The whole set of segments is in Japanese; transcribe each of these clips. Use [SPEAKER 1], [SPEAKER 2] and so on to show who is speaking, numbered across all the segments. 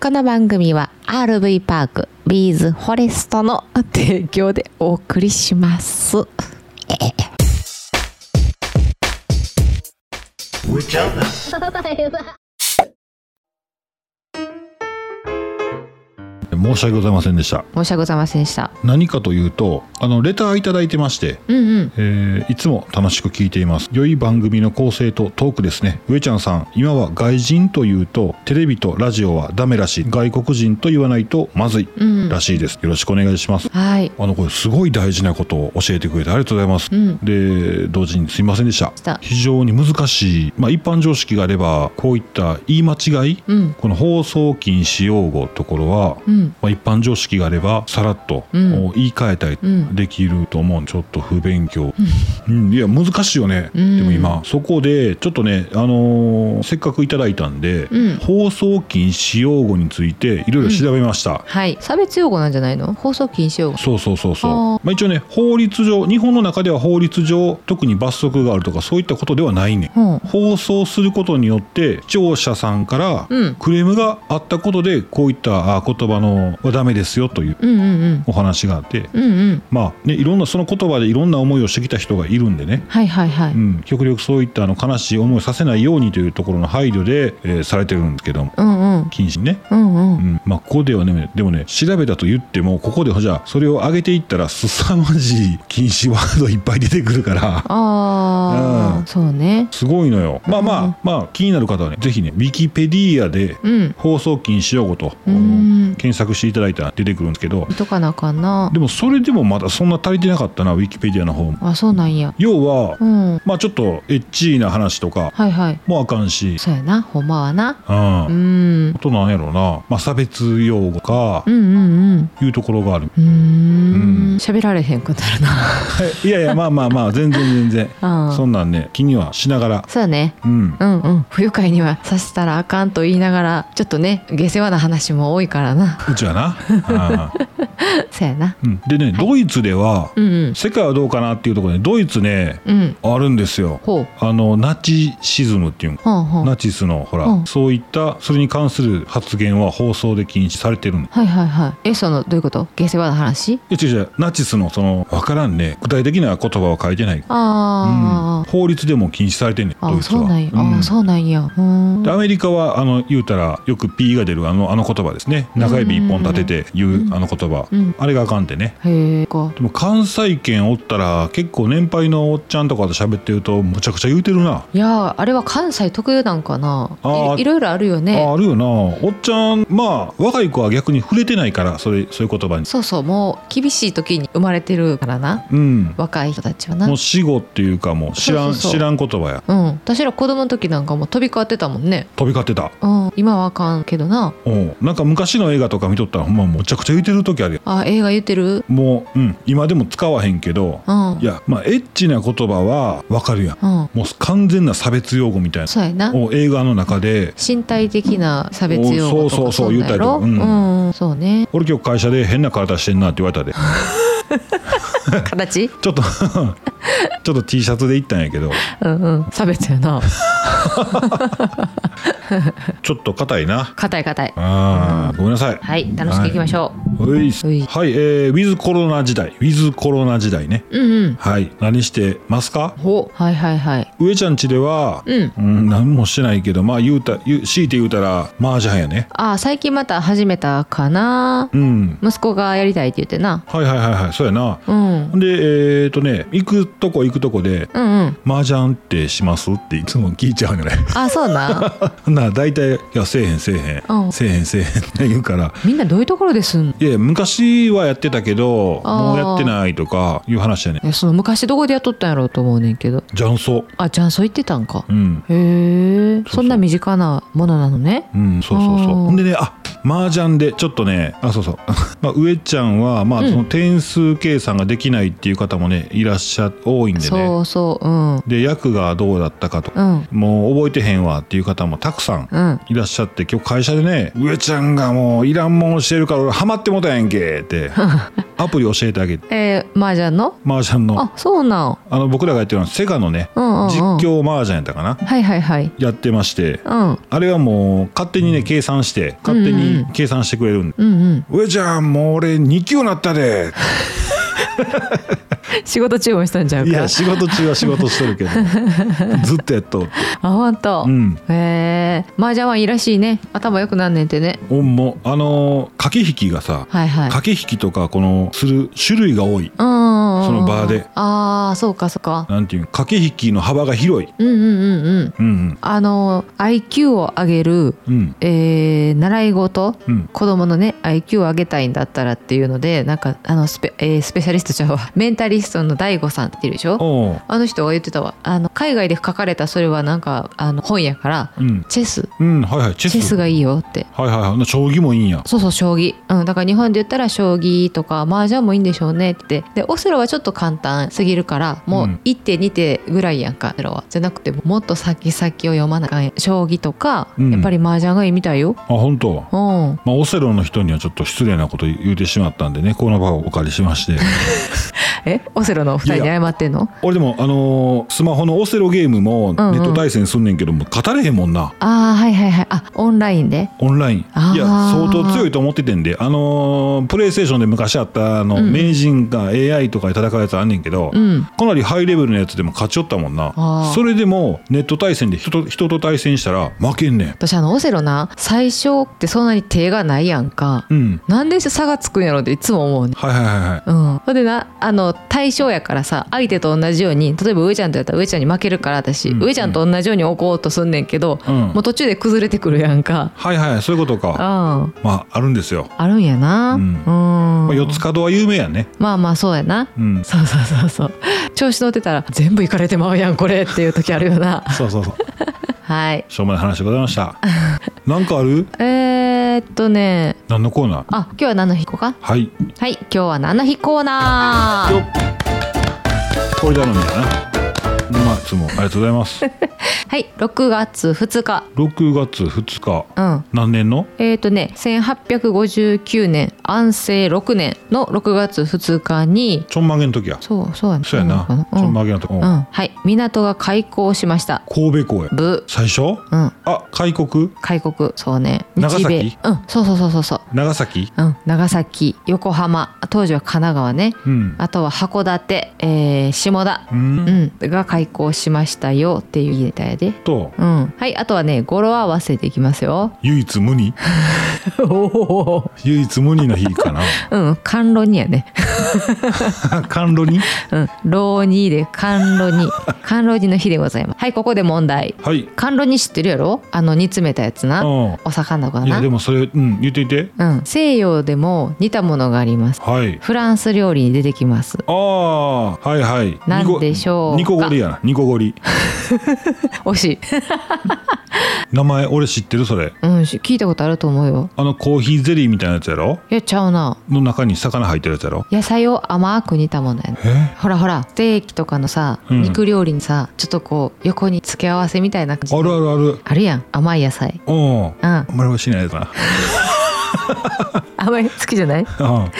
[SPEAKER 1] この番組は RV パークビーズフォレストの提供でお送りします。
[SPEAKER 2] 申し訳ございませんでした
[SPEAKER 1] 申し訳ございませんでした。
[SPEAKER 2] 何かというとあのレターいただいてまして、
[SPEAKER 1] うんうん。
[SPEAKER 2] えーいつも楽しく聞いています良い番組の構成とトークですね上ちゃんさん今は外人というとテレビとラジオはダメらしい外国人と言わないとまずい
[SPEAKER 1] うん
[SPEAKER 2] らしいです、よろしくお願いします
[SPEAKER 1] はい。
[SPEAKER 2] あのこれすごい大事なことを教えてくれてありがとうございます、
[SPEAKER 1] うん
[SPEAKER 2] で同時にすいませんでした
[SPEAKER 1] した
[SPEAKER 2] 非常に難しい、まあ、一般常識があればこういった言い間違い、
[SPEAKER 1] うん
[SPEAKER 2] この放送禁止用語ところは、
[SPEAKER 1] うん。
[SPEAKER 2] まあ、一般常識があればさらっと、
[SPEAKER 1] うん
[SPEAKER 2] 言い換えたり
[SPEAKER 1] うん
[SPEAKER 2] できると思うんでちょっと不勉強、うんいや難しいよね、
[SPEAKER 1] うん
[SPEAKER 2] でも今そこでちょっとね、あのーせっかくいただいたんで、
[SPEAKER 1] うん
[SPEAKER 2] 放送禁止用語についていろいろ調べました、
[SPEAKER 1] はい。差別用語なんじゃないの放送禁止用語。
[SPEAKER 2] そうそうそうそう
[SPEAKER 1] あー
[SPEAKER 2] まあ、一応ね法律上日本の中では法律上特に罰則があるとかそういったことではないねん
[SPEAKER 1] うん。
[SPEAKER 2] 放送することによって視聴者さんから
[SPEAKER 1] うん
[SPEAKER 2] クレームがあったことでこういったあ言葉のはダメですよという
[SPEAKER 1] うんうん
[SPEAKER 2] お話があって
[SPEAKER 1] うん。うんうん。
[SPEAKER 2] まあねいろんなその言葉でいろんな思いをしてきた人がいるんでね、。
[SPEAKER 1] はいはいはいう
[SPEAKER 2] ん、極力そういったあの悲しい思いをさせないようにというところの配慮で、えーされてるんですけども
[SPEAKER 1] うんうん。
[SPEAKER 2] 禁止ね。
[SPEAKER 1] うんう。
[SPEAKER 2] うんん、まあここではねでもね調べたと言ってもここでじゃあそれを上げていったら凄まじい禁止ワードいっぱい出てくるから
[SPEAKER 1] ああ、
[SPEAKER 2] うん
[SPEAKER 1] そうね。
[SPEAKER 2] すごいのよまあまあ、
[SPEAKER 1] うん
[SPEAKER 2] まあ気になる方はねぜひねウィキペディアで
[SPEAKER 1] うん。
[SPEAKER 2] 放送禁止用語と、
[SPEAKER 1] うん
[SPEAKER 2] 検索していただいたら出てくるんですけど
[SPEAKER 1] 見とかなあかんな。
[SPEAKER 2] でもそれでもまだそんな足りてなかったなウィキペディアの方も
[SPEAKER 1] あ、そうなんや。
[SPEAKER 2] 要は、
[SPEAKER 1] うん。
[SPEAKER 2] まあちょっとエッチーな話とか
[SPEAKER 1] はいはい。
[SPEAKER 2] もあかんし、
[SPEAKER 1] そうやな。ほんまはな。
[SPEAKER 2] うん
[SPEAKER 1] う
[SPEAKER 2] あ
[SPEAKER 1] ん。
[SPEAKER 2] となんやろうな、まあ、差別用語か
[SPEAKER 1] うんうん
[SPEAKER 2] いうところがある、
[SPEAKER 1] うん。うーん
[SPEAKER 2] うん
[SPEAKER 1] 喋られへんくなるな。
[SPEAKER 2] いやいやまあまあまあ全然全然
[SPEAKER 1] うん
[SPEAKER 2] そんなんね気にはしながら
[SPEAKER 1] そうやね。
[SPEAKER 2] うん
[SPEAKER 1] うんうん。不愉快にはさせたらあかんと言いながら、ちょっとね、下世話な話も多いからな。
[SPEAKER 2] うちはなああ
[SPEAKER 1] そうやな。
[SPEAKER 2] うんでね、ドイツでは
[SPEAKER 1] うんうん。
[SPEAKER 2] 世界はどうかなっていうところでドイツね
[SPEAKER 1] うん。
[SPEAKER 2] あるんですよ
[SPEAKER 1] ほう。
[SPEAKER 2] あのナチシズムっていうの
[SPEAKER 1] ほんほん。
[SPEAKER 2] ナチスのほら、
[SPEAKER 1] うん
[SPEAKER 2] そういったそれに関する発言は放送で禁止されてるの
[SPEAKER 1] はいはいはい。え、その、どういうこと下世話な話
[SPEAKER 2] いや違う違うナチスのその分からんね具体的な言葉は書いてないうん
[SPEAKER 1] あ
[SPEAKER 2] 法律でも禁止されてんねん
[SPEAKER 1] あ、
[SPEAKER 2] ドイ
[SPEAKER 1] あ、
[SPEAKER 2] ツ
[SPEAKER 1] そう
[SPEAKER 2] は
[SPEAKER 1] なんや。あ
[SPEAKER 2] うん
[SPEAKER 1] そうなんや。うーん
[SPEAKER 2] でアメリカはあの言うたらよく P が出るあのあの言葉ですね中指一本立てて言う、あの言葉、
[SPEAKER 1] うん
[SPEAKER 2] あれがあかんでね
[SPEAKER 1] へえ、か。
[SPEAKER 2] でも関西圏おったら結構年配のおっちゃんとかと喋ってるとむちゃくちゃ言うてるな、
[SPEAKER 1] いやーあれは関西特有なんかな
[SPEAKER 2] あー
[SPEAKER 1] いいろいろあるよ
[SPEAKER 2] あ
[SPEAKER 1] ね
[SPEAKER 2] あるよなおっちゃんまあ若い子は逆に触れてないからそれそういう言葉に
[SPEAKER 1] そうそうもう厳しい時に生まれてるからな
[SPEAKER 2] うん
[SPEAKER 1] 若い人たちはな
[SPEAKER 2] もう死語っていうかもう知らん
[SPEAKER 1] そうそうそう
[SPEAKER 2] 知らん言葉や
[SPEAKER 1] うん私ら子供の時なんかもう飛び交ってたもんね
[SPEAKER 2] 飛び交ってた
[SPEAKER 1] うん今はあかんけどな
[SPEAKER 2] おうなんか昔の映画とか見とったらほんまむちゃくちゃ言うてる時あるよ
[SPEAKER 1] あ映画言ってる
[SPEAKER 2] もう、うん、今でも使わへんけど
[SPEAKER 1] うん
[SPEAKER 2] いやまあエッチな言葉はわかるやん
[SPEAKER 1] うん
[SPEAKER 2] もう完全な差別用語みたい
[SPEAKER 1] そうやな
[SPEAKER 2] なを映画の中で
[SPEAKER 1] 身体的な差別用語とか
[SPEAKER 2] おそうそうそう
[SPEAKER 1] なんやろう、
[SPEAKER 2] 言うたりとかうん
[SPEAKER 1] うん、そうね
[SPEAKER 2] 俺今日会社で変な体してんなって言われたで
[SPEAKER 1] 形
[SPEAKER 2] ちょっと ちょっと T シャツで行ったんやけど
[SPEAKER 1] うんうん差別やな
[SPEAKER 2] ちょっと硬いな
[SPEAKER 1] 硬い硬い
[SPEAKER 2] あーごめんなさい
[SPEAKER 1] はい楽しくいきまし
[SPEAKER 2] ょ
[SPEAKER 1] ょ
[SPEAKER 2] うはい、
[SPEAKER 1] うい
[SPEAKER 2] はいえー、ウィズコロナ時代ウィズコロナ時代ね
[SPEAKER 1] うんうん
[SPEAKER 2] はい何してますか
[SPEAKER 1] ほはいはいはい
[SPEAKER 2] 上ちゃん家では、
[SPEAKER 1] うん
[SPEAKER 2] うん、何もしてないけどまあ言うた言う強いて言うたら麻雀やね
[SPEAKER 1] あ最近また始めたかな
[SPEAKER 2] うん
[SPEAKER 1] 息子がやりたいって言ってな
[SPEAKER 2] はいはいはいはいそうやな
[SPEAKER 1] うんうん
[SPEAKER 2] でえっ、とね行くとこ行くとこで
[SPEAKER 1] うん
[SPEAKER 2] 「麻雀ってします?」っていつも聞いちゃうよね
[SPEAKER 1] あそうな
[SPEAKER 2] なあ大体「いやせえへんせえへ
[SPEAKER 1] うん
[SPEAKER 2] んせえへんせえへん」って言うから
[SPEAKER 1] みんなどういうところですんの
[SPEAKER 2] 「いや昔はやってたけど
[SPEAKER 1] あ
[SPEAKER 2] も
[SPEAKER 1] ー
[SPEAKER 2] うやってない」とかいう話やね
[SPEAKER 1] えその昔どこでやっとったんやろうと思うねんけど
[SPEAKER 2] 雀荘
[SPEAKER 1] あジャンソ行ってたんか
[SPEAKER 2] うん
[SPEAKER 1] へえそんな身近なものなのね
[SPEAKER 2] うん、そうそうそう
[SPEAKER 1] あー
[SPEAKER 2] ほんでねあ麻雀でちょっとねあそうそう まあ上ちゃんはまあ
[SPEAKER 1] うん
[SPEAKER 2] その点数計算ができないっていう方もねいらっしゃ多いんでね
[SPEAKER 1] そうそううん
[SPEAKER 2] で役がどうだったかとか
[SPEAKER 1] うん
[SPEAKER 2] もう覚えてへんわっていう方もたくさん
[SPEAKER 1] うん
[SPEAKER 2] いらっし ゃって今日会社でね「上ちゃんがもういらんもんしてるから俺ハマってもうたやんけ」ってアプリ教えてあげて
[SPEAKER 1] えー、麻雀の
[SPEAKER 2] マージャンの
[SPEAKER 1] あそうなん
[SPEAKER 2] あの僕らがやってるのはセガのね
[SPEAKER 1] うんうんうん
[SPEAKER 2] 実況マージャンやったかな
[SPEAKER 1] はいはいはい
[SPEAKER 2] やってまして
[SPEAKER 1] うん
[SPEAKER 2] あれはもう勝手にね計算して勝手に計算してくれるんで
[SPEAKER 1] うんうん
[SPEAKER 2] 上ちゃんもう俺2級なったで
[SPEAKER 1] 仕事注文したんちゃう
[SPEAKER 2] い
[SPEAKER 1] か
[SPEAKER 2] や仕事中は仕事して るけどずっとやっとうって
[SPEAKER 1] あ本当。
[SPEAKER 2] うん
[SPEAKER 1] へえ麻雀はいいらしいね頭良くなんねんてね
[SPEAKER 2] おんもあのー駆け引きがさ
[SPEAKER 1] はいはい
[SPEAKER 2] 駆け引きとかこのする種類が多い
[SPEAKER 1] うんうんうん
[SPEAKER 2] その場で
[SPEAKER 1] ああそうかそうか
[SPEAKER 2] なんていうの駆け引きの幅が広い
[SPEAKER 1] うんうんうんうん
[SPEAKER 2] うん
[SPEAKER 1] あの IQ を上げる、
[SPEAKER 2] うんうん
[SPEAKER 1] えー、習い事
[SPEAKER 2] うん
[SPEAKER 1] 子供のね IQ を上げたいんだったらっていうのでなんかあのスペ,、えースペシャリストちゃんは メンタリストの DAIGO さんっているでしょ
[SPEAKER 2] おう
[SPEAKER 1] あの人が言ってたわあの海外で書かれたそれはなんかあの本やから
[SPEAKER 2] うん
[SPEAKER 1] チェス
[SPEAKER 2] うんはいはいチェス
[SPEAKER 1] チェスがいいよって
[SPEAKER 2] はいはいはいな将棋もいいんや
[SPEAKER 1] そうそう将棋、うん、だから日本で言ったら将棋とか麻雀もいいんでしょうねってでオスロはちょっと簡単すぎるからもう
[SPEAKER 2] うん
[SPEAKER 1] 1手2手ぐらいやんかオスロはじゃなくてもっと先々を読まなあかんやん将棋とか、
[SPEAKER 2] うん
[SPEAKER 1] やっぱり麻雀がいいみたいよ
[SPEAKER 2] あ本当
[SPEAKER 1] うん
[SPEAKER 2] まあ、オセロの人にはちょっと失礼なこと言うてしまったんでねこの場をお借りし まして
[SPEAKER 1] えオセロのお二人に謝ってんの
[SPEAKER 2] 俺でも、あのースマホのオセロゲームもネ
[SPEAKER 1] んうん
[SPEAKER 2] ット対戦すんねんけども語れへんもんな
[SPEAKER 1] ああはいはいはいあオンラインで
[SPEAKER 2] オンラインい
[SPEAKER 1] あー
[SPEAKER 2] や相当強いと思っててんであのープレイステーションで昔あったあの、名人が AI とかで戦うやつあんねんけど、
[SPEAKER 1] うん
[SPEAKER 2] かなりハイレベルなやつでも勝ちよったもん
[SPEAKER 1] あ
[SPEAKER 2] な
[SPEAKER 1] ー
[SPEAKER 2] それでもネット対戦で人と人と対戦したら負けんねん
[SPEAKER 1] 私あのオセロな最初ってそんなに手がないやんか、
[SPEAKER 2] うん
[SPEAKER 1] なんで差がつくんやろっていつも思うね
[SPEAKER 2] はいはいはいはい
[SPEAKER 1] うん、ほんでなあの対象やからさ相手と同じように例えば上ちゃんとやったら上ちゃんに負けるから私、
[SPEAKER 2] うん
[SPEAKER 1] 上ちゃんと同じように置こうとすんねんけど、
[SPEAKER 2] うん
[SPEAKER 1] もう途中で崩れてくるやんか、
[SPEAKER 2] はいはいそういうこと
[SPEAKER 1] うん、
[SPEAKER 2] か
[SPEAKER 1] あ
[SPEAKER 2] まああるんですよ、
[SPEAKER 1] るんやな
[SPEAKER 2] う
[SPEAKER 1] うんん、
[SPEAKER 2] まあ、四つ角は有名やね
[SPEAKER 1] まあまあそうやな
[SPEAKER 2] うん
[SPEAKER 1] そうそうそうそう調子乗ってたら全部いかれてまうやんこれっていう時あるよな
[SPEAKER 2] そうそうそう
[SPEAKER 1] はい
[SPEAKER 2] しょうもない話でございま した。なんかある
[SPEAKER 1] えー、っとね
[SPEAKER 2] 何のコーナー
[SPEAKER 1] あ今日は何の日行こうか
[SPEAKER 2] はい。よ
[SPEAKER 1] はい今日は何の日コーナー
[SPEAKER 2] っこれ頼みだな。まあ、いつもありがとうござい ます。
[SPEAKER 1] はい6月2日
[SPEAKER 2] 6月2日、
[SPEAKER 1] うん
[SPEAKER 2] 何年の
[SPEAKER 1] えーとね、1859年安政6年の6月2日に
[SPEAKER 2] ちょんまげの時や。
[SPEAKER 1] そうそうや
[SPEAKER 2] そうやな。
[SPEAKER 1] の
[SPEAKER 2] ち
[SPEAKER 1] か
[SPEAKER 2] ょん
[SPEAKER 1] な
[SPEAKER 2] まげの時。う
[SPEAKER 1] うんうんんはい港が開港しました
[SPEAKER 2] 神戸港へ。
[SPEAKER 1] ぶ
[SPEAKER 2] 最初
[SPEAKER 1] うん
[SPEAKER 2] あ、開国
[SPEAKER 1] 開国そうね
[SPEAKER 2] 長崎
[SPEAKER 1] うんそうそうそうそうそう
[SPEAKER 2] 長崎
[SPEAKER 1] うん長崎横浜当時は神奈川ね
[SPEAKER 2] うん。
[SPEAKER 1] あとは函館、えー下田
[SPEAKER 2] う。
[SPEAKER 1] うんんが開港しましたよっていう言いたやで
[SPEAKER 2] と、
[SPEAKER 1] うんはいあとはね語呂合わせでいきますよ
[SPEAKER 2] 唯一無二唯一無二の日 かな。
[SPEAKER 1] うん甘露煮やね
[SPEAKER 2] 甘露に
[SPEAKER 1] うん、浪人で甘露 煮甘露煮の日でございますはいここで問題
[SPEAKER 2] はい。
[SPEAKER 1] 甘露煮知ってるやろあの煮詰めたやつ
[SPEAKER 2] う。
[SPEAKER 1] なんお魚か
[SPEAKER 2] いや、
[SPEAKER 1] な
[SPEAKER 2] でもそれ、うん、言っていて。
[SPEAKER 1] うん、西洋でも似たものがあります
[SPEAKER 2] はい。
[SPEAKER 1] フランス料理に出てきます
[SPEAKER 2] ああ、はいはい。
[SPEAKER 1] なんでしょうか
[SPEAKER 2] ニコゴリやな。ニコゴリ。
[SPEAKER 1] 惜しい、
[SPEAKER 2] 名前俺知ってるそれ。
[SPEAKER 1] うん、し聞いたことあると思うよ
[SPEAKER 2] あのコーヒーゼリーみたいなやつやろ
[SPEAKER 1] いやちゃうな
[SPEAKER 2] の中に魚入ってるやつやろ
[SPEAKER 1] 野菜を甘く煮たものやね
[SPEAKER 2] え
[SPEAKER 1] ほらほらステーキとかのさ
[SPEAKER 2] うん
[SPEAKER 1] 肉料理にさ、ちょっとこう横に付け合わせみたいな感じ
[SPEAKER 2] あるあるある。
[SPEAKER 1] あるやん甘い野菜
[SPEAKER 2] うん。
[SPEAKER 1] うん
[SPEAKER 2] あんまり美味しいないやつな。
[SPEAKER 1] 甘い好きじゃない
[SPEAKER 2] うん
[SPEAKER 1] あ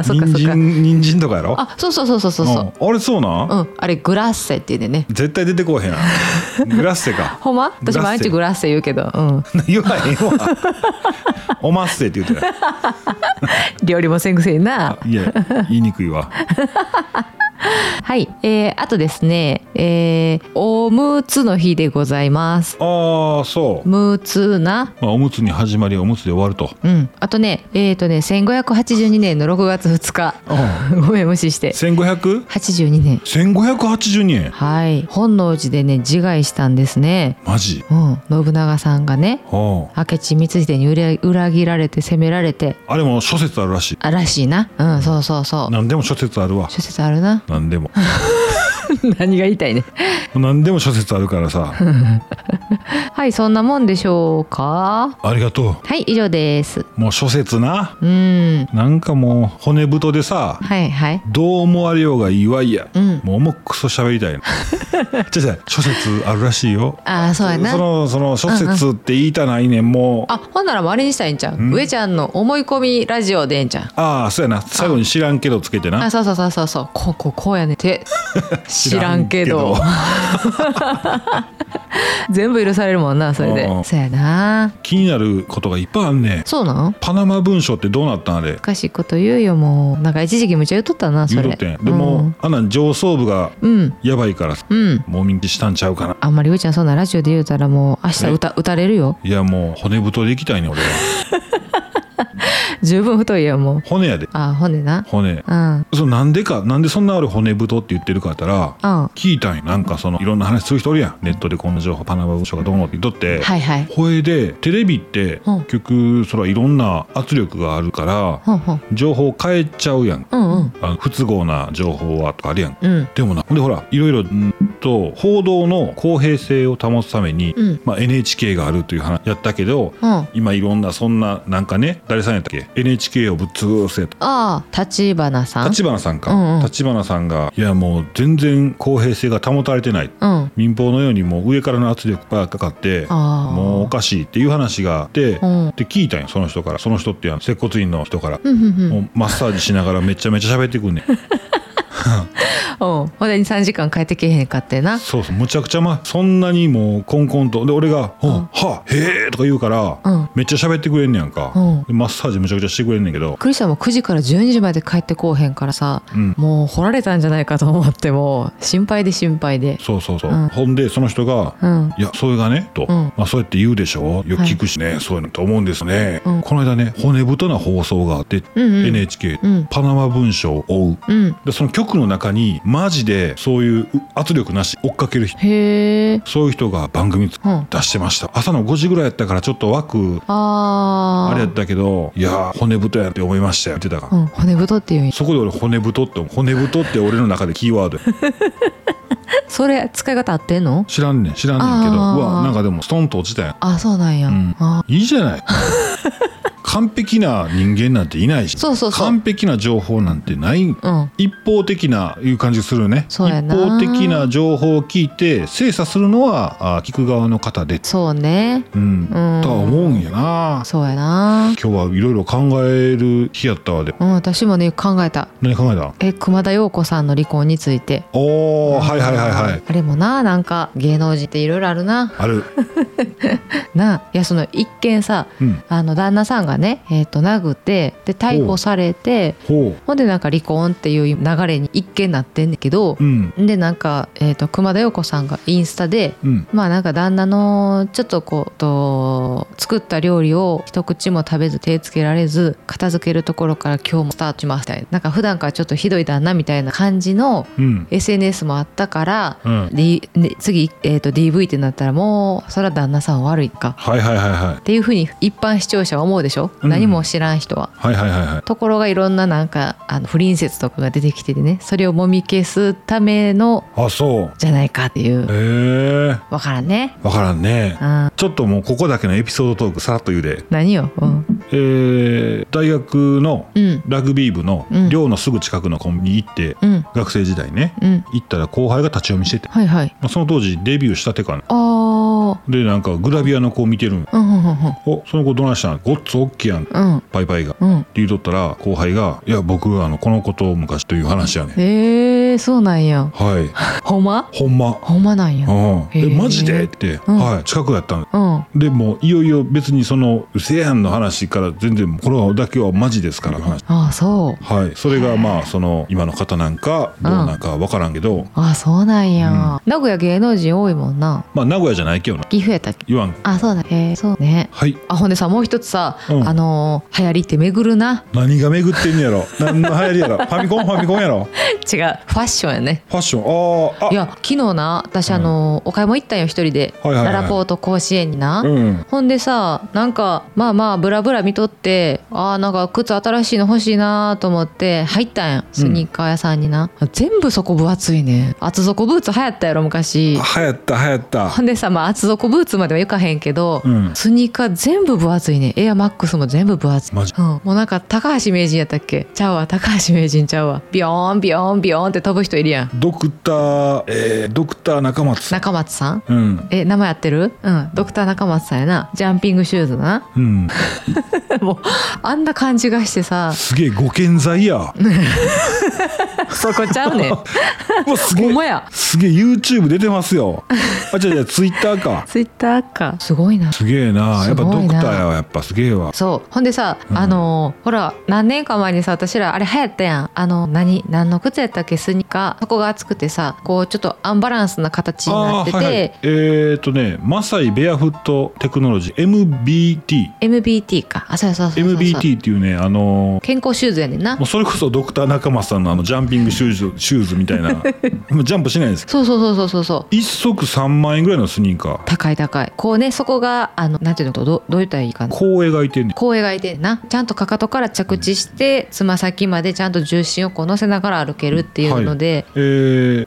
[SPEAKER 1] ーそっか
[SPEAKER 2] 人
[SPEAKER 1] そっか
[SPEAKER 2] 参、人参とかやろ
[SPEAKER 1] あそうそうそうそうそうそう
[SPEAKER 2] うんあれそうなん、
[SPEAKER 1] うん、あれグラッセって言うねんね。
[SPEAKER 2] 絶対出てこうへんやん。グラッセか。
[SPEAKER 1] ほんま私毎日グラッセ言うけど、うん、
[SPEAKER 2] 言わへんわ。おまっせって言ってた
[SPEAKER 1] 料理もせんくせにな。
[SPEAKER 2] いや、言いにくいわ。
[SPEAKER 1] はい、えー、あとですね、えー、おむつの日でございます。
[SPEAKER 2] ああ、そう。
[SPEAKER 1] むつな。
[SPEAKER 2] まあ、おむつに始まり、おむつで終わると。
[SPEAKER 1] うん、あとね、えっ、ー、とね、1582年の6月2日。ごめん、無視して。
[SPEAKER 2] 1500?1582
[SPEAKER 1] 82年。
[SPEAKER 2] 円。
[SPEAKER 1] はい、本能寺でね、自害したんですね。
[SPEAKER 2] マジ。
[SPEAKER 1] うん、信長さんがね、
[SPEAKER 2] はあ。
[SPEAKER 1] 明智光秀に裏裏切られて、責められて。
[SPEAKER 2] あれも諸説あるらしい。
[SPEAKER 1] あらしいな。うん、そうそうそう。
[SPEAKER 2] 何でも諸説あるわ。。
[SPEAKER 1] 諸説あるな
[SPEAKER 2] 何でも。
[SPEAKER 1] 何が言いたいね。
[SPEAKER 2] 何でも諸説あるからさ。
[SPEAKER 1] はい、そんなもんでしょうか。
[SPEAKER 2] ありがと
[SPEAKER 1] はい、以上です。
[SPEAKER 2] う。もう諸説な。
[SPEAKER 1] うん。
[SPEAKER 2] なんかもう骨太でさ、
[SPEAKER 1] はいはい。
[SPEAKER 2] どう思われようがいいわいや。
[SPEAKER 1] うん
[SPEAKER 2] もう重くそ喋りたいのじゃじゃ諸説あるらしいよ
[SPEAKER 1] ああそうやな
[SPEAKER 2] そのその諸説って言いたないねんもう
[SPEAKER 1] あほんならもうあれにしたらいいんちゃう、上ちゃんの思い込みラジオでええんちゃう
[SPEAKER 2] ああそうやな最後に知らんけどつけてな
[SPEAKER 1] あそうそうそうそうそうこうこうこうやねんって 知らんけど
[SPEAKER 2] 知らん
[SPEAKER 1] 全部許されるもんなそれで
[SPEAKER 2] うん
[SPEAKER 1] そうやな
[SPEAKER 2] 気になることがいっぱいあんねん
[SPEAKER 1] そうなん
[SPEAKER 2] パナマ文書ってどうなったんあれ
[SPEAKER 1] おかしいこと言うよもうなんか一時期むちゃ言っとったなそ
[SPEAKER 2] 言
[SPEAKER 1] れ
[SPEAKER 2] うとってんでも、あんなん上層部が
[SPEAKER 1] うんうん、
[SPEAKER 2] やばいから
[SPEAKER 1] うん、
[SPEAKER 2] もみ消したんちゃうかな
[SPEAKER 1] あんまり上ちゃんそんなラジオで言うたらもう明日歌打たれるよ
[SPEAKER 2] いやもう骨太でいきたいね俺は
[SPEAKER 1] 十分太いよもう
[SPEAKER 2] 骨やで
[SPEAKER 1] あほんでな
[SPEAKER 2] 骨
[SPEAKER 1] うんうん
[SPEAKER 2] そうなんでかなんでそんな俺骨太って言ってるかって言ったら
[SPEAKER 1] は
[SPEAKER 2] 聞いたんよなんかそのいろんな話する人おるやんネットでこんな情報パナマ文書がどうのって言っとって、
[SPEAKER 1] いはい
[SPEAKER 2] ほえでテレビって
[SPEAKER 1] うん
[SPEAKER 2] 結局そらいろんな圧力があるから
[SPEAKER 1] ほんほん
[SPEAKER 2] 情報変えちゃうやん
[SPEAKER 1] うんうん
[SPEAKER 2] あの不都合な情報はとかあるやん
[SPEAKER 1] うん
[SPEAKER 2] でもなほんでほらいろいろんーと報道の公平性を保つために、
[SPEAKER 1] うん
[SPEAKER 2] まあ、NHK があるという話やったけど
[SPEAKER 1] うんあ
[SPEAKER 2] 今いろんなそんななんかね誰さんやったっけ NHK をぶっ潰せと
[SPEAKER 1] あ立花さん
[SPEAKER 2] 立花さ
[SPEAKER 1] う
[SPEAKER 2] ん
[SPEAKER 1] んう
[SPEAKER 2] か
[SPEAKER 1] ん
[SPEAKER 2] 立花、さんがいやもう全然公平性が保たれてない
[SPEAKER 1] うん
[SPEAKER 2] 民放のようにもう上からの圧力がかかって
[SPEAKER 1] ああ
[SPEAKER 2] もうおかしいっていう話があって、
[SPEAKER 1] うん
[SPEAKER 2] で聞いたんよその人からその人っていうのは接骨院の人から、
[SPEAKER 1] うんうんうん
[SPEAKER 2] もうマッサージしながらめちゃめちゃ喋ってく んねん
[SPEAKER 1] うんほんで23時間帰ってけへんかってな
[SPEAKER 2] そうそうむちゃくちゃまそんなにもうコンコンとで俺が「うんはあへえ」とか言うから、
[SPEAKER 1] うん
[SPEAKER 2] めっちゃ喋ってくれんねやんか、
[SPEAKER 1] うん
[SPEAKER 2] でマッサージむちゃくちゃしてくれんねんけど
[SPEAKER 1] クリスさんも9時から12時まで帰ってこうへんからさ、
[SPEAKER 2] うん
[SPEAKER 1] もう掘られたんじゃないかと思ってもう心配で心配で
[SPEAKER 2] そうそうそう、
[SPEAKER 1] うん
[SPEAKER 2] ほんでその人が「
[SPEAKER 1] うん
[SPEAKER 2] いやそれがね」と、
[SPEAKER 1] うん
[SPEAKER 2] まあ、そうやって言うでしょよく
[SPEAKER 1] はい
[SPEAKER 2] 聞くしね、そういうのと思うんですね、
[SPEAKER 1] うん
[SPEAKER 2] この間ね骨太な放送があって、
[SPEAKER 1] うんうん
[SPEAKER 2] NHK、
[SPEAKER 1] うん
[SPEAKER 2] パナマ文書を追う
[SPEAKER 1] うん
[SPEAKER 2] でその局の中にマジでそういう圧力なし追っかける人
[SPEAKER 1] へえ
[SPEAKER 2] そういう人が番組つ
[SPEAKER 1] うん
[SPEAKER 2] 出してました朝の5時ぐらいやったからちょっと枠
[SPEAKER 1] あ
[SPEAKER 2] あ
[SPEAKER 1] ー
[SPEAKER 2] れやったけどいやー骨太やって思いましたよって言ってたから、
[SPEAKER 1] うん、骨太っていうんや
[SPEAKER 2] そこで俺骨太って骨太って俺の中でキーワードや
[SPEAKER 1] それ使い方合ってんの
[SPEAKER 2] 知らんねん知らんねんけどう
[SPEAKER 1] あー
[SPEAKER 2] わなんかでもストンと落ちたやん
[SPEAKER 1] あそうなんや、
[SPEAKER 2] うん
[SPEAKER 1] あ
[SPEAKER 2] いいじ ゃない完璧な人間なんていないし
[SPEAKER 1] そうそうそう
[SPEAKER 2] 完璧な情報なんてない
[SPEAKER 1] うん
[SPEAKER 2] 一方的ないう感じするね一
[SPEAKER 1] そうやな
[SPEAKER 2] 方的な情報を聞いて精査するのはあ聞く側の方で、
[SPEAKER 1] そうね
[SPEAKER 2] うん、と
[SPEAKER 1] うん
[SPEAKER 2] は思うんやな
[SPEAKER 1] そうやな
[SPEAKER 2] 今日はいろいろ考える日やったわで
[SPEAKER 1] うん私もね考えた
[SPEAKER 2] 何考えた
[SPEAKER 1] え熊田曜子さんの離婚について
[SPEAKER 2] おーはいはいはいはい
[SPEAKER 1] あれもななんか芸能人っていろいろあるな
[SPEAKER 2] ある
[SPEAKER 1] なあいやその一見さ
[SPEAKER 2] うん
[SPEAKER 1] あの旦那さんがね、えー、と殴ってで逮捕されて
[SPEAKER 2] ほ
[SPEAKER 1] ほんでなんか離婚っていう流れに一見なってんだけど
[SPEAKER 2] うう、ん
[SPEAKER 1] でなんか、えー、と熊田曜子さんがインスタで
[SPEAKER 2] うん
[SPEAKER 1] まあなんか旦那のちょっとこうと作った料理を一口も食べず手つけられず片付けるところから今日もスタートしますみたいななんか普段からちょっとひどい旦那みたいな感じの
[SPEAKER 2] うん
[SPEAKER 1] SNS もあったから、
[SPEAKER 2] うん
[SPEAKER 1] D ね次、えー、と DV ってなったらもうそれは旦那さん悪いか
[SPEAKER 2] はいはいはいはい
[SPEAKER 1] っていうふうに一般視聴者は思うでしょ、
[SPEAKER 2] うん
[SPEAKER 1] 何も知らん人は。
[SPEAKER 2] はいはいはいはい
[SPEAKER 1] ところがいろんななんかあの不倫説とかが出てきててねそれをもみ消すための
[SPEAKER 2] あそう
[SPEAKER 1] じゃないかっていう
[SPEAKER 2] へえ
[SPEAKER 1] わからんね。
[SPEAKER 2] わからんね
[SPEAKER 1] うん、
[SPEAKER 2] ちょっともうここだけのエピソードトークさらっと言うで
[SPEAKER 1] 何よ、うん、
[SPEAKER 2] えー大学の
[SPEAKER 1] うん
[SPEAKER 2] ラグビー部の
[SPEAKER 1] うん
[SPEAKER 2] 寮のすぐ近くのコンビニ行って
[SPEAKER 1] うん
[SPEAKER 2] 学生時代ね
[SPEAKER 1] うん
[SPEAKER 2] 行ったら後輩が立ち読みしてて、
[SPEAKER 1] はいはい
[SPEAKER 2] まあ、その当時デビューしたてかな
[SPEAKER 1] あー
[SPEAKER 2] でなんかグラビアの子を見てるん
[SPEAKER 1] うんうんうん
[SPEAKER 2] おその子どないしたんごっつおっきいやん
[SPEAKER 1] うん
[SPEAKER 2] パイパイが」って
[SPEAKER 1] うんうん
[SPEAKER 2] 言うとったら後輩が「いや僕あのこの子と昔という話やねん」
[SPEAKER 1] えー、そうなんや
[SPEAKER 2] はい
[SPEAKER 1] ほんま
[SPEAKER 2] ほんま」
[SPEAKER 1] ほんまなんや
[SPEAKER 2] うん「
[SPEAKER 1] へ
[SPEAKER 2] え
[SPEAKER 1] ー
[SPEAKER 2] マジで?」って、
[SPEAKER 1] うん
[SPEAKER 2] はい近くやったん
[SPEAKER 1] うん
[SPEAKER 2] でもういよいよ別にその「うせやん」の話から全然これだけはマジですからの話
[SPEAKER 1] ああそう
[SPEAKER 2] はい、それがまあその今の方なんかどうなんか分からんけど、
[SPEAKER 1] ああそうなんや、名古屋芸能人多いもんな
[SPEAKER 2] まあ名古屋じゃないけどな
[SPEAKER 1] 岐阜やったっけ
[SPEAKER 2] 言わん
[SPEAKER 1] ああそうだへえそうね
[SPEAKER 2] はい
[SPEAKER 1] あほんでさもう一つさ、
[SPEAKER 2] うん
[SPEAKER 1] あのー流行りって巡るな
[SPEAKER 2] 何が巡ってんねや ろ何の流行りやろファミコンファミコンやろ
[SPEAKER 1] 違うファッションやね
[SPEAKER 2] ファッションあーあ
[SPEAKER 1] いや昨日な私あのーお買い物行ったんよ一人で、
[SPEAKER 2] はいはいはい
[SPEAKER 1] ららぽーと甲子園にな、
[SPEAKER 2] うん
[SPEAKER 1] ほんでさなんかまあまあブラブラ見とってあーなんか靴新しいの欲しいなと思って入ったんよスニーカー屋さんにな、全部底分厚いねん厚底ブーツ流行ったやろ昔
[SPEAKER 2] 流行った流行った
[SPEAKER 1] ほんでさまあ厚底ブーツまではいかへんけど、
[SPEAKER 2] うん
[SPEAKER 1] スニーカー全部分厚いねエアマックスも全部分厚い、
[SPEAKER 2] マジ
[SPEAKER 1] うん、もうなんか高橋名人やったっけちゃうわ高橋名人ちゃうわビヨーンビヨーンビヨーンって飛ぶ人いるやん
[SPEAKER 2] ドクター、えードクター中松。
[SPEAKER 1] 中松さん
[SPEAKER 2] うん。
[SPEAKER 1] え名前合ってるうんドクター中松さんやなジャンピングシューズ な
[SPEAKER 2] うん。
[SPEAKER 1] もうあんな感じがしてさ
[SPEAKER 2] すげえ、ご健在や。
[SPEAKER 1] そこちゃうねん
[SPEAKER 2] うわす
[SPEAKER 1] ほ
[SPEAKER 2] げ
[SPEAKER 1] ん
[SPEAKER 2] え
[SPEAKER 1] まや
[SPEAKER 2] すげえ YouTube 出てますよあじゃあじゃあ Twitter か
[SPEAKER 1] ツイッターかすごいな
[SPEAKER 2] すげえなや
[SPEAKER 1] す
[SPEAKER 2] っぱ
[SPEAKER 1] ご
[SPEAKER 2] ド
[SPEAKER 1] い
[SPEAKER 2] ク
[SPEAKER 1] な
[SPEAKER 2] ターやわやっぱすげえわ
[SPEAKER 1] そうほんでさ、
[SPEAKER 2] うん
[SPEAKER 1] あのほら何年か前にさ私らあれ流行ったやんあの何何の靴やったっけスニーカーそこが厚くてさこうちょっとアンバランスな形にな
[SPEAKER 2] あ
[SPEAKER 1] ってて、
[SPEAKER 2] ーはいはいえー、っとねマサイベアフットテクノロジー MBT
[SPEAKER 1] MBT かあそうそうそうそうそう
[SPEAKER 2] MBT っていうねあのー
[SPEAKER 1] 健康シューズやねんな
[SPEAKER 2] もうそれこそドクター仲間さんのあのジャンピングシューズシューズみた いなもうジャンプしないんです
[SPEAKER 1] そうそうそうそうそうそう
[SPEAKER 2] 一足3万円ぐらいのスニーカー
[SPEAKER 1] 高い高いこうねそこがあのなんていうのどどう言ったらいいかな
[SPEAKER 2] こう描いてんね
[SPEAKER 1] こう描いてんなちゃんとかかとから着地してつま先までちゃんと重心をこう乗せながら歩けるっていうので、
[SPEAKER 2] え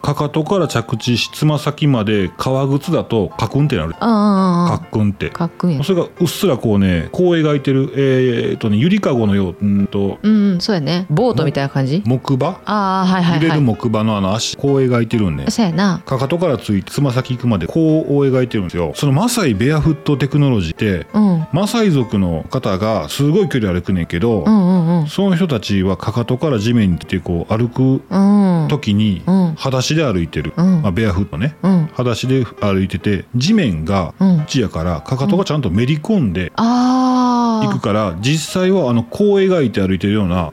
[SPEAKER 2] ー、かかとから着地しつま先まで革靴だとカクンってなる
[SPEAKER 1] うんうんうんう
[SPEAKER 2] カ
[SPEAKER 1] ん
[SPEAKER 2] ックンって
[SPEAKER 1] かっこいい
[SPEAKER 2] それがうっすらこうねこう描いてるえー、っとねゆりかごのよううんと
[SPEAKER 1] うんうんそうやねボートみたいな感じ
[SPEAKER 2] 木馬
[SPEAKER 1] ああはいはい
[SPEAKER 2] 揺れ
[SPEAKER 1] は
[SPEAKER 2] る
[SPEAKER 1] い
[SPEAKER 2] 木馬のあの足こう描いてるんね
[SPEAKER 1] そうやな
[SPEAKER 2] かかとからついてつま先行くまでこう描いてるんですよそのマサイベアフットテクノロジーって
[SPEAKER 1] うんうん
[SPEAKER 2] マサイ族の方がすごい距離歩くねんけど、
[SPEAKER 1] うんうん
[SPEAKER 2] その人たちはかかとから地面に出てこう歩く
[SPEAKER 1] うん
[SPEAKER 2] 時に
[SPEAKER 1] うん
[SPEAKER 2] 裸足で歩いてる、
[SPEAKER 1] うん
[SPEAKER 2] まあ、ベアフットね
[SPEAKER 1] うん
[SPEAKER 2] 裸足で歩いてて地面が
[SPEAKER 1] うん
[SPEAKER 2] 土やからかかとがちゃんとめり込んで行く
[SPEAKER 1] ああ
[SPEAKER 2] から実際はあのこう描いて歩いてるような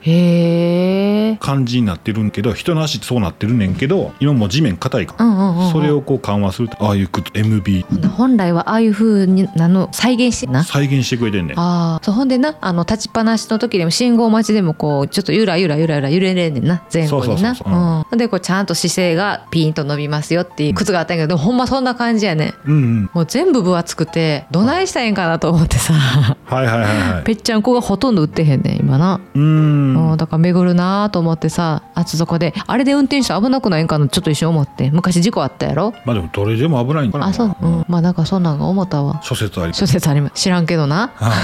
[SPEAKER 1] へえ
[SPEAKER 2] 感じになってるんけど人の足そうなってるねんけど今もう地面硬いか
[SPEAKER 1] う
[SPEAKER 2] ら、
[SPEAKER 1] んうんうんうん
[SPEAKER 2] それをこう緩和するとああいう靴 MB
[SPEAKER 1] 本来はああいう風になのを再現してな
[SPEAKER 2] 再現してくれてんねん
[SPEAKER 1] ああそうほんでなあの立ちっぱなしの時でも信号待ちでもこうちょっとゆらゆらゆらゆら揺れれんねんな前後にな
[SPEAKER 2] そうそうそうそううん
[SPEAKER 1] うんほんでこうちゃんと姿勢がピーンと伸びますよっていう靴があったんやけど、でもほんまそんな感じやねん
[SPEAKER 2] うんうん
[SPEAKER 1] もう全部分厚くてどないしたらええんかなと思ってさ
[SPEAKER 2] はいはいはいはい
[SPEAKER 1] ぺっちゃんこがほとんど売ってへんねん今な、
[SPEAKER 2] うーん
[SPEAKER 1] うん、だから巡るなーと思ってさ厚底であれで運転手危なくないんかなちょっと一瞬思って昔事故あったやろ
[SPEAKER 2] まあでもどれでも危ないんかな
[SPEAKER 1] あそう、うん、まあなんかそんなんが思ったわ
[SPEAKER 2] 諸説あり
[SPEAKER 1] 諸説あります知らんけどな
[SPEAKER 2] はい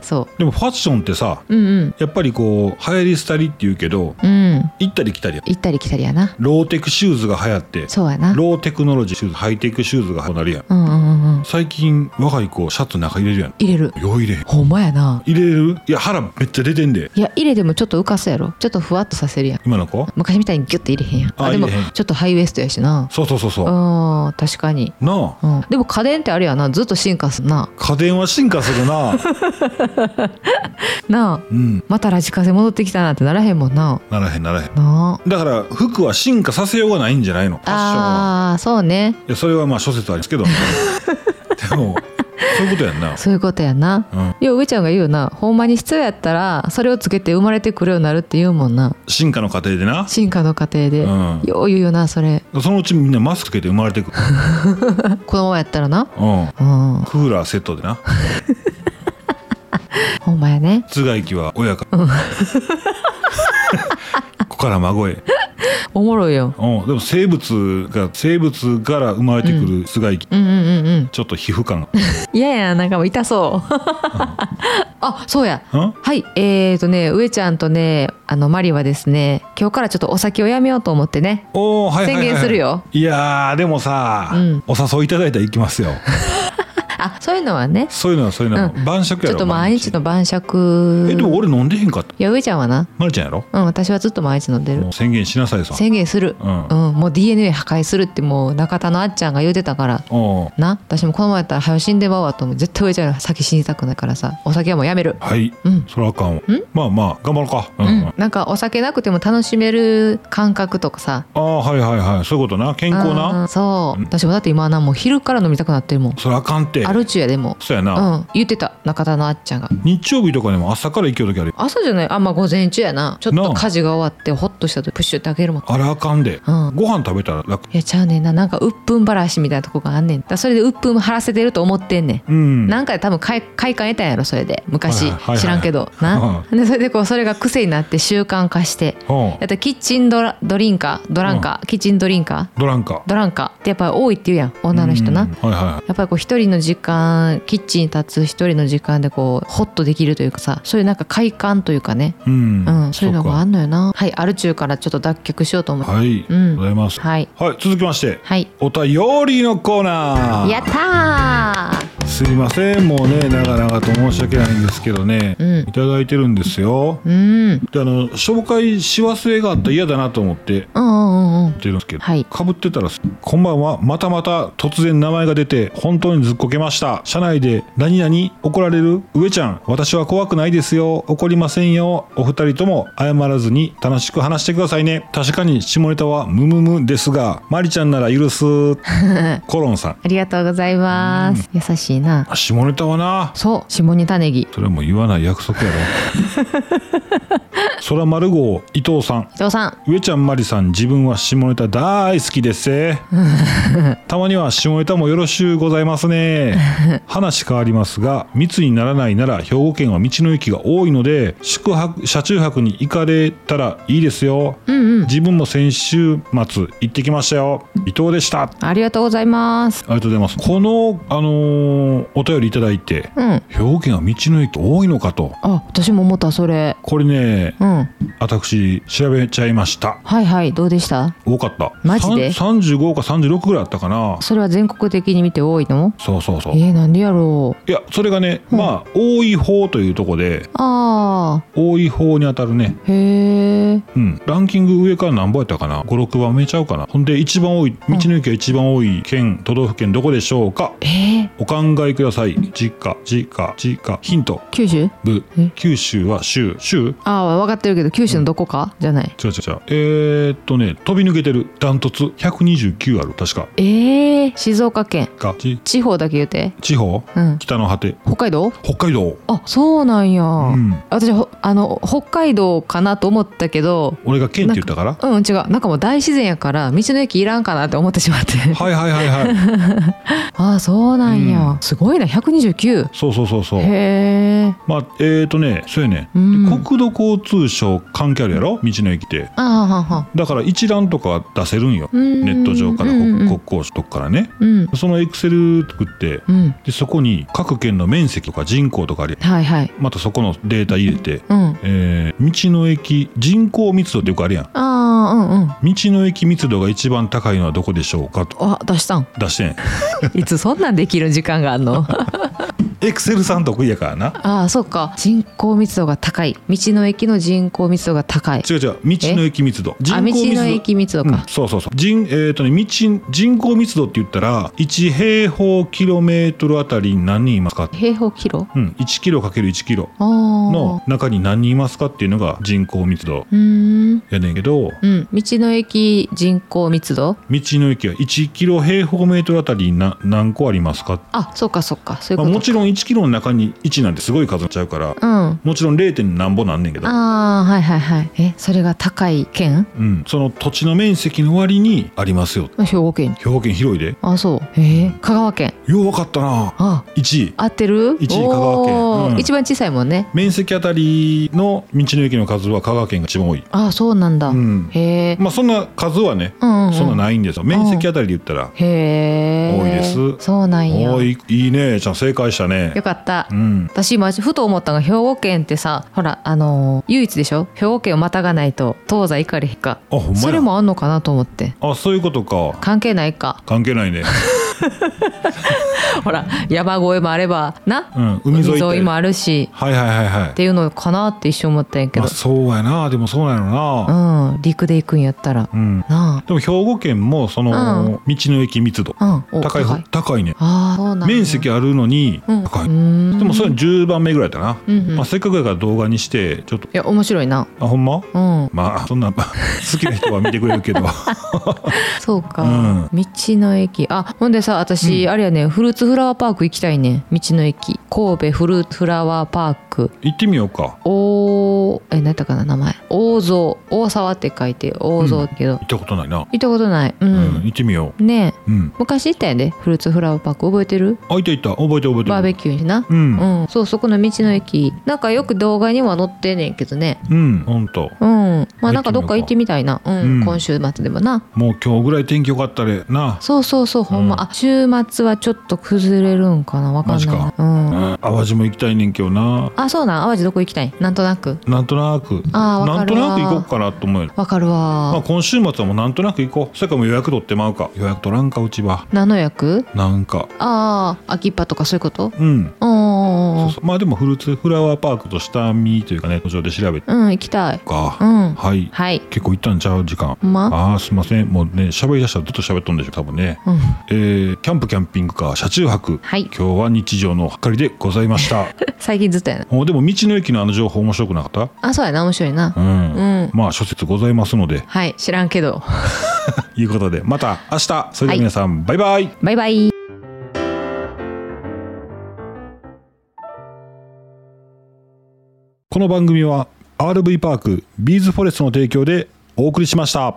[SPEAKER 1] そ
[SPEAKER 2] でもファッションってさ
[SPEAKER 1] ううん
[SPEAKER 2] やっぱりこう流行り廃りって言うけど
[SPEAKER 1] うんうん
[SPEAKER 2] 行ったり来たりや
[SPEAKER 1] 行ったり来たりやな
[SPEAKER 2] ローテクシューズが流行って
[SPEAKER 1] そうやな
[SPEAKER 2] ローテクノロジーシューズハイテクシューズが流行るやん
[SPEAKER 1] うんうんうんうん
[SPEAKER 2] 最近若い子シャツ中入れるやん
[SPEAKER 1] 入れる
[SPEAKER 2] よう入れへん
[SPEAKER 1] ほんまやな
[SPEAKER 2] 入れるいや腹めっちゃ出てんで
[SPEAKER 1] いや入れてもちょっと浮かすやろちょっとふわっとさせるやん
[SPEAKER 2] 今の子
[SPEAKER 1] 昔みたいにギュッて入れへんやん
[SPEAKER 2] あ
[SPEAKER 1] でも
[SPEAKER 2] 入れへん
[SPEAKER 1] ちょっとハイウエストやしな
[SPEAKER 2] そうそうそうそううん
[SPEAKER 1] 確かに、
[SPEAKER 2] なあ
[SPEAKER 1] うん、でも家電ってあれやなずっと進化すんな
[SPEAKER 2] 家電は進化す るな
[SPEAKER 1] なあ
[SPEAKER 2] うん
[SPEAKER 1] またラジカセ戻ってきたなってならへんもんな
[SPEAKER 2] ならへんならへん
[SPEAKER 1] な
[SPEAKER 2] だから服は進化させようがないんじゃないのファッ
[SPEAKER 1] あ
[SPEAKER 2] ションは
[SPEAKER 1] ああーそうね
[SPEAKER 2] いやそれはまあ諸説ありますけど でもそういうことやんな
[SPEAKER 1] そういうことやな
[SPEAKER 2] うん、
[SPEAKER 1] よう上ちゃんが言うよなほんまに必要やったらそれをつけて生まれてくるようになるって言うもんな
[SPEAKER 2] 進化の過程でな、
[SPEAKER 1] 進化の過程で、
[SPEAKER 2] う
[SPEAKER 1] よう言うよなそれ
[SPEAKER 2] ん、そのうちみんなマスクつけて生まれてくる、
[SPEAKER 1] このままやったらな
[SPEAKER 2] うん、
[SPEAKER 1] うん
[SPEAKER 2] クーラーセットでな
[SPEAKER 1] ほんまやね
[SPEAKER 2] 頭蓋器は親 から、子から孫へ、
[SPEAKER 1] おもろいよ
[SPEAKER 2] うん、でも生物が生物から生まれてくる頭蓋器、
[SPEAKER 1] うんうんうんうん
[SPEAKER 2] ちょっと皮膚感
[SPEAKER 1] 嫌ややなんかもう痛そう あそうや
[SPEAKER 2] が、うん、
[SPEAKER 1] はいえーとね上ちゃんとねあのマリはですね今日からちょっとお酒をやめようと思ってね
[SPEAKER 2] おおはいはいはい、はい、
[SPEAKER 1] 宣言するよ
[SPEAKER 2] いやーでもさ、
[SPEAKER 1] うん
[SPEAKER 2] お誘いいただいたら行きますよ
[SPEAKER 1] あそういうのはね
[SPEAKER 2] そういうのはそういうのは、
[SPEAKER 1] うん
[SPEAKER 2] 晩酌
[SPEAKER 1] ち
[SPEAKER 2] や
[SPEAKER 1] ょっ
[SPEAKER 2] ろ
[SPEAKER 1] と毎日の晩酌
[SPEAKER 2] えでも俺飲んでへんかった
[SPEAKER 1] いや上ちゃんはな
[SPEAKER 2] まるちゃんやろ
[SPEAKER 1] うん私はずっと毎日飲んでる
[SPEAKER 2] もう宣言しなさいさ
[SPEAKER 1] 宣言する
[SPEAKER 2] うん
[SPEAKER 1] うん、もう DNA 破壊するってもう中田のあっちゃんが言うてたから
[SPEAKER 2] おー
[SPEAKER 1] な私もこの前やったら早死んでまうわと思う絶対上ちゃんより先死にたくないからさお酒はもうやめる
[SPEAKER 2] はい
[SPEAKER 1] うん
[SPEAKER 2] そらあかんわまあまあ頑張ろうか、う
[SPEAKER 1] うん
[SPEAKER 2] うん
[SPEAKER 1] ん、なんかお酒なくても楽しめる感覚とかさ
[SPEAKER 2] ああはいはいはいそういうことな健康な
[SPEAKER 1] あーそう、
[SPEAKER 2] うん
[SPEAKER 1] 私もだって今はなもう昼から飲みたくなってるもん
[SPEAKER 2] そらあかんって
[SPEAKER 1] アルチュやでも
[SPEAKER 2] そうや
[SPEAKER 1] う
[SPEAKER 2] な、
[SPEAKER 1] ん言ってた中田のあっちゃんが
[SPEAKER 2] 日曜日とかでも朝から行ける時あるよ
[SPEAKER 1] 朝じゃないあまあ午前中やなちょっ
[SPEAKER 2] なあ
[SPEAKER 1] と家事が終わってホッとした時プッシュってあげるもん
[SPEAKER 2] あらあかんで、
[SPEAKER 1] うん
[SPEAKER 2] ご飯食べたら楽
[SPEAKER 1] いやちゃうねんななんか鬱憤ばらしみたいなとこがあんねんだからそれで鬱憤晴らせてると思ってんねん
[SPEAKER 2] うん
[SPEAKER 1] なんかで多分快快感得たんやろそれで
[SPEAKER 2] は
[SPEAKER 1] 昔
[SPEAKER 2] いはいはいはい
[SPEAKER 1] 知らんけどなでそれでこうそれが癖になって習慣化して
[SPEAKER 2] うん
[SPEAKER 1] やっぱキッチンドラドリンカードランカー、キッチンドリンカー
[SPEAKER 2] ドランカ
[SPEAKER 1] ドランカーってやっぱり多いって言うやん女の人な、
[SPEAKER 2] うんはいは
[SPEAKER 1] やっぱりこう一人の時時間キッチンに立つ一人の時間でこうホッとできるというかさそういうなんか快感というかね、
[SPEAKER 2] うん
[SPEAKER 1] うんそういうのがあ
[SPEAKER 2] っ
[SPEAKER 1] んのよなはいアル中からちょっと脱却しようと思って
[SPEAKER 2] はい、
[SPEAKER 1] うん
[SPEAKER 2] ありがとうございます
[SPEAKER 1] はい
[SPEAKER 2] はい続きまして
[SPEAKER 1] はい
[SPEAKER 2] お便りのコーナー
[SPEAKER 1] やった
[SPEAKER 2] すいませんもうね長々と申し訳ないんですけどね、
[SPEAKER 1] うん
[SPEAKER 2] いただいてるんですよ
[SPEAKER 1] ーうん
[SPEAKER 2] であの紹介し忘れがあったら嫌だなと思って
[SPEAKER 1] うんうんうんうん
[SPEAKER 2] ってるんですけど、
[SPEAKER 1] はい
[SPEAKER 2] かぶってたら「こんばんはまたまた突然名前が出て本当にずっこけました社内で何々怒られる上ちゃん私は怖くないですよ怒りませんよお二人とも謝らずに楽しく話してくださいね確かに下ネタはムムムですがマリちゃんなら 許すコロンさん
[SPEAKER 1] ありがとうございます優しいな
[SPEAKER 2] あ下ネタはな
[SPEAKER 1] そう下ネタネギ
[SPEAKER 2] それはもう言わない約束やろ空丸号伊藤さん
[SPEAKER 1] 伊藤さん
[SPEAKER 2] 上ちゃんまりさん自分は下ネタ大好きですせたまには下ネタもよろしゅうございますね話変わりますが密にならないなら兵庫県は道の駅が多いので宿泊車中泊に行かれたらいいですよ、
[SPEAKER 1] うんうん
[SPEAKER 2] 自分も先週末行ってきましたよ伊藤でしたあ
[SPEAKER 1] ありがとうございます
[SPEAKER 2] りがとうございますこのあのーお便りいただいて
[SPEAKER 1] うん
[SPEAKER 2] 兵庫県は道の駅多いのかと
[SPEAKER 1] あ私も思ったそれ
[SPEAKER 2] これね
[SPEAKER 1] うん
[SPEAKER 2] 私調べちゃいました
[SPEAKER 1] はいはいどうでした
[SPEAKER 2] 多かった
[SPEAKER 1] マジで
[SPEAKER 2] さん35か36ぐらいあったかな
[SPEAKER 1] それは全国的に見て多いの
[SPEAKER 2] そうそうそうい
[SPEAKER 1] えー、なんでやろう
[SPEAKER 2] やそれがね、まあ多い方というとこで
[SPEAKER 1] あ
[SPEAKER 2] 多い方に当たるね
[SPEAKER 1] ーへえ
[SPEAKER 2] うんランキング上から何本やったかな56番目ちゃうかなほんで一番多い道の駅が一番多い県、都道府県どこでしょうか
[SPEAKER 1] えー、
[SPEAKER 2] お考えください実家実家実家ヒント
[SPEAKER 1] 九州
[SPEAKER 2] 部
[SPEAKER 1] え
[SPEAKER 2] 九州は州州
[SPEAKER 1] ああ分かってるけど九州のどこか、じゃない
[SPEAKER 2] 違う違う違うえー、っとね飛び抜けてるダントツ129ある確か
[SPEAKER 1] えー、静岡県
[SPEAKER 2] がち
[SPEAKER 1] 地方だけ言うて
[SPEAKER 2] 地方
[SPEAKER 1] うん
[SPEAKER 2] 北の果て
[SPEAKER 1] 北海道
[SPEAKER 2] 北海道
[SPEAKER 1] あそうなんや、
[SPEAKER 2] ん
[SPEAKER 1] 私ほあの北海道かなと思ったけど
[SPEAKER 2] 俺が県って言ったから
[SPEAKER 1] うん違うなんかもう大自然やから道の駅いらんかなって思ってしまって
[SPEAKER 2] はいはいはいはい
[SPEAKER 1] ああそうなんや、
[SPEAKER 2] う
[SPEAKER 1] すごいな129
[SPEAKER 2] そうそうそうそう
[SPEAKER 1] へえ
[SPEAKER 2] まあえー、とねそうやね、
[SPEAKER 1] うん
[SPEAKER 2] で国土交通省関係あるやろ道の駅って
[SPEAKER 1] ああはんはん
[SPEAKER 2] だから一覧とか出せるんよ
[SPEAKER 1] うん
[SPEAKER 2] ネット上から
[SPEAKER 1] うんうんうん
[SPEAKER 2] 国国交省とかからね
[SPEAKER 1] うん
[SPEAKER 2] そのエクセル作って
[SPEAKER 1] うん
[SPEAKER 2] でそこに各県の面積とか人口とかあり
[SPEAKER 1] はいはい
[SPEAKER 2] またそこのデータ入れて、
[SPEAKER 1] うんあ
[SPEAKER 2] えー道の駅人口密度ってよくあるやん
[SPEAKER 1] あうんうん
[SPEAKER 2] 道の駅密度が一番高いのはどこでしょうかと
[SPEAKER 1] あ出したん
[SPEAKER 2] 出してん
[SPEAKER 1] いつそんなんできる時間があん の
[SPEAKER 2] エクセルさん得意やからな
[SPEAKER 1] ああそうか人口密度が高い道の駅の人口密度が高い
[SPEAKER 2] 違う違う道の駅密度人
[SPEAKER 1] あ
[SPEAKER 2] 口
[SPEAKER 1] 道
[SPEAKER 2] 密度
[SPEAKER 1] の駅密度
[SPEAKER 2] うん
[SPEAKER 1] か、
[SPEAKER 2] そうそうそう人,、えーとね、道人口密度って言ったら1平方キロメートルあたりに何人いますか、
[SPEAKER 1] 平方キロ
[SPEAKER 2] うん、1キロかける1キロ
[SPEAKER 1] ああ
[SPEAKER 2] の中に何人いますかっていうのが人口密度
[SPEAKER 1] うーん
[SPEAKER 2] やねんけど道
[SPEAKER 1] うん道の駅人口密度
[SPEAKER 2] の駅は1キロ平方メートルあたりにな何個ありますか、
[SPEAKER 1] あそうかそうかそういう
[SPEAKER 2] まあ、
[SPEAKER 1] こと、
[SPEAKER 2] もちろん1キロの中に1なんてすごい数になっちゃうから
[SPEAKER 1] うん
[SPEAKER 2] もちろん 0. 何ぼなんねんけど、
[SPEAKER 1] ああはいはいはいえそれが高い県
[SPEAKER 2] うん、その土地の面積の割にありますよ
[SPEAKER 1] 兵庫県
[SPEAKER 2] 兵庫県広いで
[SPEAKER 1] あそうえー、香川県
[SPEAKER 2] よう分かったな
[SPEAKER 1] あ
[SPEAKER 2] 1位
[SPEAKER 1] 合ってる
[SPEAKER 2] 一位香川県
[SPEAKER 1] おー
[SPEAKER 2] うん
[SPEAKER 1] 一番小さいもんね
[SPEAKER 2] 面積あたりの道の駅の数は香川県が一番多い、
[SPEAKER 1] ああそうなんだ、
[SPEAKER 2] うん
[SPEAKER 1] へえ
[SPEAKER 2] まあそんな数はね、
[SPEAKER 1] うんうん
[SPEAKER 2] そんなないんですよ面積あたりで言ったら、
[SPEAKER 1] へえ
[SPEAKER 2] 多いです
[SPEAKER 1] そうなんや
[SPEAKER 2] おーいいいいねちゃん正解したね
[SPEAKER 1] よかった、
[SPEAKER 2] うん
[SPEAKER 1] 私今ふと思ったのが兵庫県ってさほらあのー唯一でしょ兵庫県をまたがないと東西行かれへんか
[SPEAKER 2] あほんまや
[SPEAKER 1] それもあんのかなと思って
[SPEAKER 2] あそういうことか
[SPEAKER 1] 関係ないか
[SPEAKER 2] 関係ないね、
[SPEAKER 1] ほら山越えもあればな、
[SPEAKER 2] うん、海沿いって
[SPEAKER 1] 海もあるし
[SPEAKER 2] はいはいはいはい
[SPEAKER 1] っていうのかなって一瞬思ったんやけ
[SPEAKER 2] ま
[SPEAKER 1] ど
[SPEAKER 2] あ、そうやなでもそうなんやろな
[SPEAKER 1] うん陸で行くんやったら、
[SPEAKER 2] うん、
[SPEAKER 1] な
[SPEAKER 2] でも兵庫県もその道の駅密度、
[SPEAKER 1] あうんお
[SPEAKER 2] 高い方高いね
[SPEAKER 1] ああそうなんや
[SPEAKER 2] 面積あるのに
[SPEAKER 1] うん
[SPEAKER 2] 高い、
[SPEAKER 1] うーん
[SPEAKER 2] でもそれ10番目ぐらいだな、
[SPEAKER 1] うんうん
[SPEAKER 2] まあ、せっかくやから動画にしてちょっと
[SPEAKER 1] いや面白いな
[SPEAKER 2] あほんま
[SPEAKER 1] うん
[SPEAKER 2] まあそんな 好きな人は見てくれ るけど
[SPEAKER 1] そうか、道の駅あほんでさ私、あれやねんフルーツフラワーパーク行きたいねん道の駅神戸フルーツフラワーパーク
[SPEAKER 2] 行ってみようか
[SPEAKER 1] お大え何やったかな名前大蔵大沢って書いて大蔵けど、
[SPEAKER 2] 行ったことないな。
[SPEAKER 1] 行ったことないうん
[SPEAKER 2] うん、、行ってみよ
[SPEAKER 1] ねえ
[SPEAKER 2] う。うん。
[SPEAKER 1] 昔行ったんやでフルーツフラワーパーク覚えてる
[SPEAKER 2] あ、いたいた。覚えてる覚えてる。
[SPEAKER 1] バーベキューにな、
[SPEAKER 2] うん。
[SPEAKER 1] うん、そうそこの道の駅なんかよく動画には載ってんねんけどね
[SPEAKER 2] うん、ほんと。
[SPEAKER 1] うんまあなんかどっか行ってみたいな、うん
[SPEAKER 2] うん
[SPEAKER 1] 今週末でもな
[SPEAKER 2] もう今日ぐらい天気良かったでな。
[SPEAKER 1] そうそうそうほんま、
[SPEAKER 2] うん
[SPEAKER 1] あ週末はちょっと崩れるんかなわかんない
[SPEAKER 2] マジ
[SPEAKER 1] うん、
[SPEAKER 2] うん淡路も行きたいねんけどな。
[SPEAKER 1] あそうなん淡路どこ行きたいなんとなく
[SPEAKER 2] なんとなく。
[SPEAKER 1] あーわ
[SPEAKER 2] な
[SPEAKER 1] か
[SPEAKER 2] んと
[SPEAKER 1] るわ
[SPEAKER 2] なく行こうかなと思うよ。
[SPEAKER 1] わかる
[SPEAKER 2] まあ
[SPEAKER 1] わ
[SPEAKER 2] 今週末はもうなんとなく行こう。それかもう予約取ってまうか。予約取らんか、うちは。
[SPEAKER 1] 何の役
[SPEAKER 2] なんか。
[SPEAKER 1] ああ秋っぱとかそういうこと
[SPEAKER 2] うん。
[SPEAKER 1] うんうんうん
[SPEAKER 2] そうそうまあでもフルーツフラワーパークと下見というかね、途上で調べて
[SPEAKER 1] うん行きたい
[SPEAKER 2] か
[SPEAKER 1] う。ん
[SPEAKER 2] はい。
[SPEAKER 1] はい
[SPEAKER 2] 結構行ったんちゃう時間。
[SPEAKER 1] ほんま
[SPEAKER 2] ああ、すいません。もうね、喋り出したらずっと喋っとんでしょ、多分ね。
[SPEAKER 1] うん
[SPEAKER 2] えーキャンプキャンピングカー車中泊
[SPEAKER 1] はい
[SPEAKER 2] 今日は日常のはっかりでございました
[SPEAKER 1] 最近ずっとやな
[SPEAKER 2] もうでも道の駅のあの情報面白くなかっ
[SPEAKER 1] あそうやな面白いな
[SPEAKER 2] たうん、
[SPEAKER 1] うん
[SPEAKER 2] まあ諸説ございますので
[SPEAKER 1] はい知らんけど
[SPEAKER 2] いうことでまた明日それでは皆さん、バイバイ
[SPEAKER 1] バイバイ
[SPEAKER 2] この番組は RV パークビーズフォレストの提供でお送りしました